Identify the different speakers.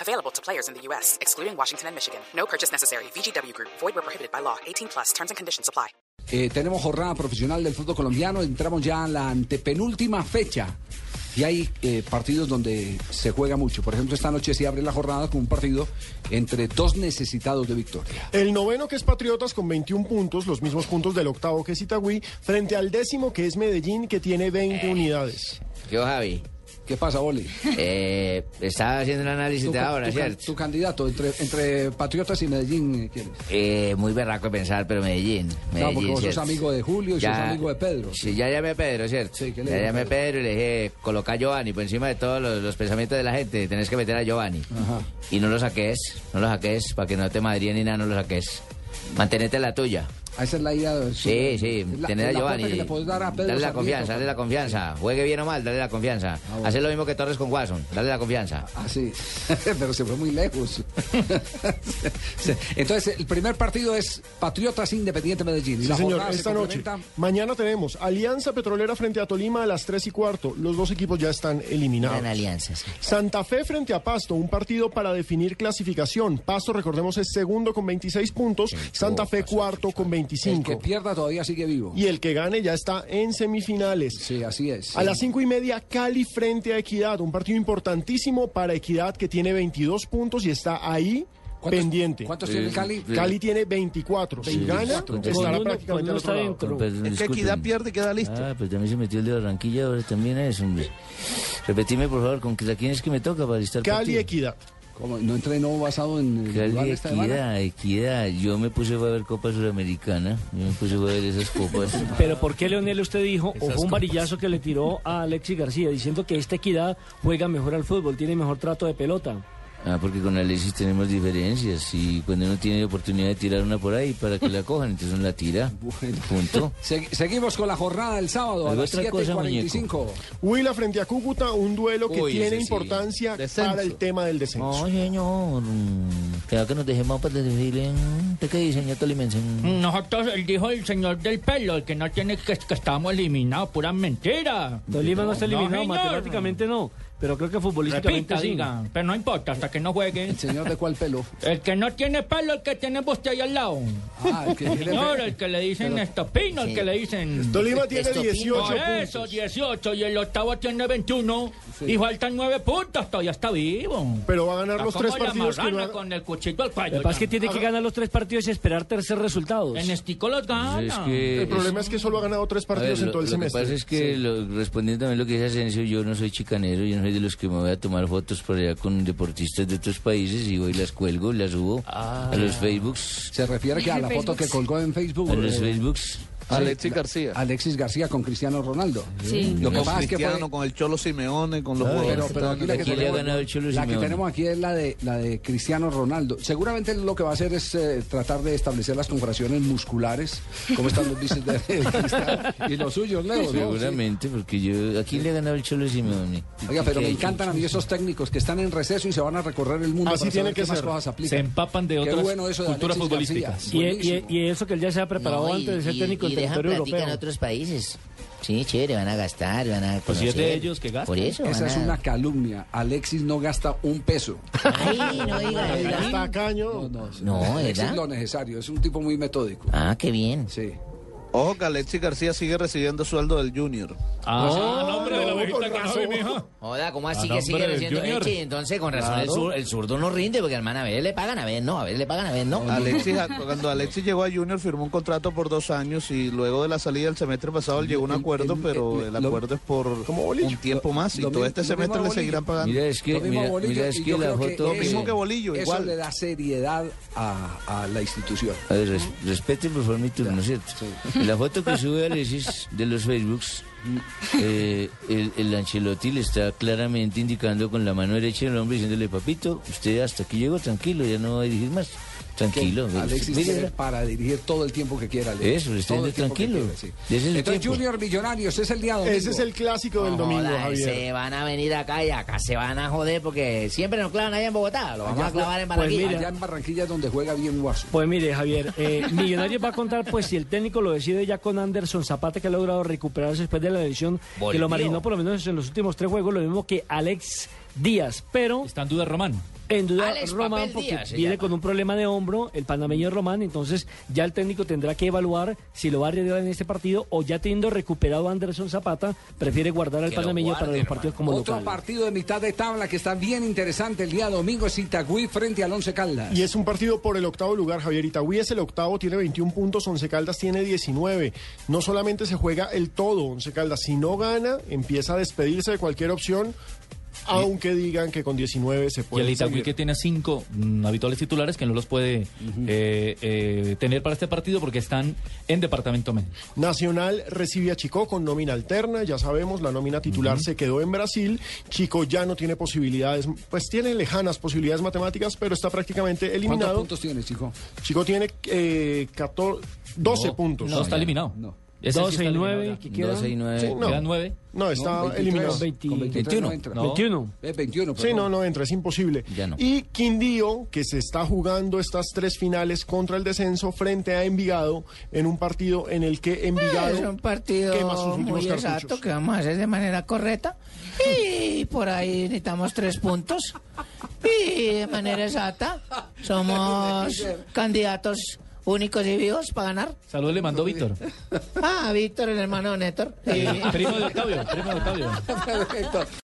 Speaker 1: Available to players in the U.S., excluding Washington and Michigan. No purchase necessary. VGW Group, void were prohibited by law. 18 plus terms and conditions apply.
Speaker 2: Eh, tenemos jornada profesional del fútbol colombiano, entramos ya a la antepenúltima fecha. Y hay eh, partidos donde se juega mucho. Por ejemplo, esta noche se abre la jornada con un partido entre dos necesitados de victoria.
Speaker 3: El noveno que es Patriotas con 21 puntos, los mismos puntos del octavo que es Itagüí, frente al décimo que es Medellín que tiene
Speaker 2: Eh,
Speaker 3: 20 unidades.
Speaker 4: Yo, Javi,
Speaker 2: ¿Qué pasa, Oli?
Speaker 4: eh, estaba haciendo un análisis
Speaker 2: Tu,
Speaker 4: de
Speaker 2: ca-
Speaker 4: ahora,
Speaker 2: tu can-
Speaker 4: ¿cierto?
Speaker 2: tu candidato entre, entre Patriotas y Medellín, eh, ¿quién es?
Speaker 4: Eh, muy berraco de pensar, pero Medellín. Medellín
Speaker 2: porque vos sos
Speaker 4: ¿cierto?
Speaker 2: amigo de Julio y sos amigo de Pedro.
Speaker 4: Sí, ya llamé a Pedro, ¿cierto?
Speaker 2: Sí, ¿qué le
Speaker 4: ya
Speaker 2: dijo
Speaker 4: llamé a
Speaker 2: Pedro?
Speaker 4: Pedro y le dije, coloca a Giovanni por encima de todos los, los pensamientos de la gente, tenés que meter a Giovanni.
Speaker 2: Ajá.
Speaker 4: Y no lo saques, no lo saques, para que no te madríen ni nada, no lo saques. Mantenete en la tuya.
Speaker 2: Ah, Esa es la idea. de-
Speaker 4: Sí, sí,
Speaker 2: es la-
Speaker 4: tener
Speaker 2: es
Speaker 4: a
Speaker 2: la
Speaker 4: Giovanni.
Speaker 2: puerta que le podés dar a Pedro Sarmiento.
Speaker 4: dale la
Speaker 2: pues. Ah,
Speaker 4: confianza, dale la confianza. Juegue bien o mal, dale la confianza.
Speaker 2: bueno.
Speaker 4: Hacer lo mismo que Torres con Watson, dale la confianza.
Speaker 2: Ah, sí, pero se fue muy lejos. Se- Entonces, el primer partido es Patriotas Independiente Medellín. Y
Speaker 3: Sí,
Speaker 2: la
Speaker 3: señor,
Speaker 2: jornada se
Speaker 3: esta noche.
Speaker 2: complementa-
Speaker 3: Mañana tenemos Alianza Petrolera frente a Tolima a las 3 y cuarto. Los dos equipos ya están eliminados.
Speaker 4: Gran alianza, sí.
Speaker 3: Santa Fe frente a Pasto, un partido para definir clasificación. Pasto, recordemos, es segundo con 26 puntos, Santa Fe cuarto con
Speaker 2: El que
Speaker 3: 25.
Speaker 2: pierda todavía sigue vivo.
Speaker 3: Y el que gane ya está en semifinales.
Speaker 2: Sí, así es.
Speaker 3: A las cinco y media, Cali frente a Equidad, un partido importantísimo para Equidad que tiene 22 puntos y está ahí
Speaker 2: ¿Cuántos-
Speaker 3: pendiente.
Speaker 2: ¿Cuántos tiene el Cali?
Speaker 3: Cali tiene 24. Si gana, estará prácticamente al otro lado.
Speaker 5: Es que Equidad pierde y queda listo.
Speaker 4: Ah, pues también se metió el de Barranquilla, ahora también es, hombre. Repetime, por favor, con que- la quién es que me toca para listar
Speaker 3: Cali
Speaker 4: partido?
Speaker 3: Equidad.
Speaker 2: Como no entrenó basado en el rival
Speaker 4: Cali,
Speaker 2: de esta semana.
Speaker 4: equidad, equidad. Yo me puse fue a ver Copa Suramericana. Yo me puse fue a ver esas copas.
Speaker 6: Pero ¿por qué Leonel usted dijo, o fue un varillazo que le tiró a Alexis García diciendo que esta equidad juega mejor al fútbol, tiene mejor trato de pelota?
Speaker 4: Ah, porque con Alexis tenemos diferencias. Y cuando uno tiene oportunidad de tirar una por ahí para que la cojan, entonces uno la tira. Punto.
Speaker 2: Se- seguimos con la jornada del sábado a
Speaker 4: Hay
Speaker 2: las
Speaker 4: otra
Speaker 2: 7 y
Speaker 4: cosa,
Speaker 2: 45.
Speaker 3: Huila frente a Cúcuta, un duelo que
Speaker 4: Uy, ese
Speaker 3: tiene
Speaker 4: sí.
Speaker 3: importancia
Speaker 5: Descenso.
Speaker 3: para el tema del
Speaker 4: No,
Speaker 3: descenso.
Speaker 4: señor. Creo que nos dejemos para decirle. mm, ¿Usted qué dice, señor Tolimense?
Speaker 7: Nosotros, él dijo el señor del pelo, el que no tiene que, que estamos eliminados, pura mentira.
Speaker 6: Tolima no está
Speaker 7: No,
Speaker 6: eliminado,
Speaker 7: señor.
Speaker 6: matemáticamente no, pero creo que futbolísticamente
Speaker 7: Repita,
Speaker 6: sí.
Speaker 7: digan, pero no importa, hasta que no jueguen.
Speaker 2: ¿El señor de cuál pelo?
Speaker 7: El que no tiene pelo, el que tiene usted ahí al lado.
Speaker 2: Ah, el que tiene
Speaker 7: Señor,
Speaker 2: pe-
Speaker 7: el que le dicen estopino, el que le dicen...
Speaker 3: Tolima tiene
Speaker 4: Esto pinta.
Speaker 3: 18
Speaker 7: Por
Speaker 3: puntos.
Speaker 7: eso, 18, y el octavo tiene 21, y faltan 9 puntos, todavía está vivo.
Speaker 3: Pero va a ganar
Speaker 7: Está
Speaker 3: los
Speaker 7: como
Speaker 3: tres
Speaker 7: la
Speaker 3: partidos que no
Speaker 7: marrana
Speaker 3: ha-
Speaker 7: con el cuchillo al
Speaker 6: Lo
Speaker 7: cuello.
Speaker 6: que pasa es que
Speaker 7: ya.
Speaker 6: tiene que ganar los tres partidos y esperar tercer resultados. e-
Speaker 7: En estico los gana.
Speaker 4: Es que-
Speaker 3: El problema es que solo ha ganado tres
Speaker 4: A ver,
Speaker 3: partidos en
Speaker 4: lo-
Speaker 3: todo el
Speaker 4: lo que
Speaker 3: semestre.
Speaker 4: pasa es que, lo- respondiendo también lo que dice Asensio, yo no soy chicanero, yo no soy de los que me voy a tomar fotos por allá con deportistas de otros países y voy y las cuelgo, las subo a los Facebooks.
Speaker 2: Se refiere que a la foto que colgó en Facebook.
Speaker 4: A los
Speaker 2: eh,
Speaker 4: Facebooks.
Speaker 5: Alexis García.
Speaker 2: Alexis García con Cristiano Ronaldo.
Speaker 8: Sí.
Speaker 2: Lo que
Speaker 5: con
Speaker 2: pasa es que fue-
Speaker 5: Cristiano, con el Cholo Simeone, con los
Speaker 2: Pero,
Speaker 5: jugadores.
Speaker 2: pero aquí la que,
Speaker 4: Aquí le ha
Speaker 2: tenemos,
Speaker 4: ganado el Cholo
Speaker 2: la que
Speaker 4: Simeone.
Speaker 2: tenemos aquí es la de la de Cristiano Ronaldo. Seguramente él lo que va a hacer es eh, tratar de establecer las comparaciones musculares, como están los bíceps de Cristiano y los suyos, Leo. ¿no?
Speaker 4: Seguramente, porque yo. ¿A quién le ha ganado el Cholo Simeone?
Speaker 2: Sí. Oiga, pero me
Speaker 4: ¿Qué ha hecho?
Speaker 2: encantan a mí esos técnicos que están en receso y se van a recorrer el mundo.
Speaker 3: Así
Speaker 2: para
Speaker 3: tiene
Speaker 2: saber
Speaker 3: que
Speaker 2: qué más
Speaker 3: ser.
Speaker 2: cosas aplican.
Speaker 9: Se empapan de
Speaker 2: Qué
Speaker 9: otras
Speaker 2: bueno eso de
Speaker 9: culturas
Speaker 2: Alexis García.
Speaker 9: futbolísticas.
Speaker 6: Y, y-
Speaker 2: Buenísimo.
Speaker 6: y eso que él ya se ha
Speaker 4: No,
Speaker 6: preparado
Speaker 4: y-
Speaker 6: antes de ser
Speaker 4: y-
Speaker 6: técnico
Speaker 4: y
Speaker 6: en
Speaker 4: dejan
Speaker 6: territorio
Speaker 4: platica en
Speaker 6: europeo.
Speaker 4: otros países. Sí, chévere, van a gastar, van a
Speaker 9: Pues si es de
Speaker 4: conocer.
Speaker 9: ellos, que gasten.
Speaker 4: Por eso.
Speaker 2: Esa
Speaker 4: van
Speaker 2: es
Speaker 4: a-
Speaker 2: una calumnia. Alexis no gasta un peso.
Speaker 4: Ay, no diga,
Speaker 3: Ya
Speaker 4: diga.
Speaker 3: está caño.
Speaker 4: No,
Speaker 2: Alexis
Speaker 4: ¿verdad?
Speaker 2: lo necesario. Es un tipo muy metódico.
Speaker 4: Ah, qué bien.
Speaker 2: Sí.
Speaker 5: Ojo que Alexis García sigue recibiendo sueldo del Junior.
Speaker 9: Ah,
Speaker 7: hombre, la
Speaker 3: no,
Speaker 7: bebita
Speaker 3: con
Speaker 7: que
Speaker 3: razón.
Speaker 7: soy, mijo.
Speaker 4: Joda, ¿cómo así
Speaker 9: Ah,
Speaker 4: que sigue
Speaker 9: hombre,
Speaker 4: creciendo?
Speaker 9: Junior.
Speaker 4: Eche, entonces, con razón, el, sur- el zurdo no rinde, porque hermana, a ver, le pagan, a ver, no, a ver, le pagan, a ver, no.
Speaker 5: Alexis, a- cuando Alexis llegó a Junior firmó un contrato por dos años y luego de la salida del semestre pasado él llegó a un
Speaker 2: El-
Speaker 5: acuerdo,
Speaker 2: el-
Speaker 5: pero
Speaker 2: el-
Speaker 5: el
Speaker 2: lo-
Speaker 5: acuerdo es por
Speaker 2: como Bolillo.
Speaker 5: un tiempo más y
Speaker 2: Lo- lo
Speaker 5: todo
Speaker 2: mi-
Speaker 5: este
Speaker 2: lo mismo
Speaker 5: semestre le
Speaker 2: Bolillo.
Speaker 5: seguirán pagando.
Speaker 4: Mira, es que,
Speaker 2: Lo mismo
Speaker 4: mira,
Speaker 2: Bolillo,
Speaker 4: mira, es
Speaker 2: y
Speaker 4: que
Speaker 2: yo
Speaker 4: la
Speaker 2: creo
Speaker 4: foto...
Speaker 2: eso-
Speaker 5: mismo que Bolillo,
Speaker 2: eso
Speaker 5: igual.
Speaker 2: le da seriedad a, a la institución.
Speaker 4: A ver, res- respete por favor mi turno, ¿cierto? La foto que sube Alexis de los Facebooks, eh, el, el Ancelotti le está claramente indicando con la mano derecha del hombre diciéndole, papito, usted hasta aquí llegó tranquilo, ya no va a dirigir más. Tranquilo.
Speaker 2: Que Alexis
Speaker 4: Mire,
Speaker 2: tiene para dirigir todo el tiempo que quiera. Alexis.
Speaker 4: Eso, esté
Speaker 2: Todo el tiempo que
Speaker 4: tranquilo.
Speaker 2: quiera, sí.
Speaker 4: Ese es el
Speaker 2: Entonces,
Speaker 4: tiempo.
Speaker 2: Junior Millonarios es el día domingo.
Speaker 3: Ese es el clásico del
Speaker 5: No
Speaker 3: domingo,
Speaker 5: joda,
Speaker 3: Javier.
Speaker 5: Se van a venir acá y acá se van a joder porque siempre nos clavan allá en Bogotá. Lo vamos
Speaker 2: Allá
Speaker 5: a clavar en
Speaker 6: pues
Speaker 5: Barranquilla.
Speaker 6: mira.
Speaker 2: Allá en Barranquilla es donde juega bien Guaso.
Speaker 6: Pues mire, Javier, eh, Millonarios va a contar, pues si el técnico lo decide ya con Anderson Zapata, que ha logrado recuperarse después de la lesión, que
Speaker 5: Volvió.
Speaker 6: lo marinó por lo menos en los últimos tres juegos, lo mismo que Alex Díaz, pero
Speaker 7: Está en duda Román.
Speaker 6: en duda
Speaker 5: Alex
Speaker 6: Román
Speaker 5: Papel
Speaker 6: porque
Speaker 5: Díaz se
Speaker 6: viene
Speaker 5: llama.
Speaker 6: con un problema de hombro, el panameño Román, entonces ya el técnico tendrá que evaluar si lo va a arriesgar en este partido o ya teniendo recuperado a Anderson Zapata, prefiere guardar al
Speaker 5: Que lo
Speaker 6: panameño para
Speaker 5: guarde,
Speaker 6: los partidos como
Speaker 2: Otro
Speaker 6: local.
Speaker 2: partido de mitad de tabla que está bien interesante el día domingo es Itagüí frente al Once Caldas.
Speaker 3: Y es un partido por el octavo lugar, Javier. Itagüí es el octavo, tiene 21 puntos, Once Caldas tiene 19. No solamente se juega el todo, Once Caldas, si no gana, empieza a despedirse de cualquier opción, aunque digan que con 19 se
Speaker 7: Y
Speaker 3: puede.
Speaker 7: el Itagüí que tiene cinco mm, habituales titulares que no los puede eh, eh, tener para este partido porque están en departamento menos.
Speaker 3: Nacional recibe a Chico con nómina alterna, ya sabemos, la nómina titular se quedó en Brasil, Chico ya no tiene posibilidades, pues tiene lejanas posibilidades matemáticas, pero está prácticamente
Speaker 2: ¿Cuántos
Speaker 3: eliminado.
Speaker 2: puntos tiene, chico?
Speaker 3: Chico tiene eh, 14, 12
Speaker 7: No,
Speaker 3: puntos.
Speaker 7: No, está
Speaker 4: ya,
Speaker 7: eliminado.
Speaker 2: no.
Speaker 7: Ese sí
Speaker 6: 12 y
Speaker 7: está
Speaker 6: 9,
Speaker 7: eliminado
Speaker 6: que quedan
Speaker 4: 12 y 9.
Speaker 3: Sí, no.
Speaker 7: Quedan nueve.
Speaker 3: No, está
Speaker 2: No, 23,
Speaker 3: eliminado.
Speaker 2: Con 23 no entra.
Speaker 7: No.
Speaker 6: 21.
Speaker 2: Es 21,
Speaker 3: Sí,
Speaker 2: perdón.
Speaker 3: no, no entra, es imposible.
Speaker 4: Ya no.
Speaker 3: Y Quindío, que se está jugando estas tres finales contra el descenso frente a Envigado en un partido en el que Envigado
Speaker 5: Es un partido
Speaker 3: quema sus últimos
Speaker 5: muy
Speaker 3: cartuchos.
Speaker 5: exacto que vamos a hacer de manera correcta. Y por ahí necesitamos tres puntos. Y de manera exacta, somos candidatos únicos y vivos para ganar.
Speaker 7: Saludos le mandó Víctor. Eh,
Speaker 5: Ah, Víctor, el hermano de Néstor. Y-
Speaker 7: Primo de Octavio, primo de Octavio.
Speaker 2: Perfecto.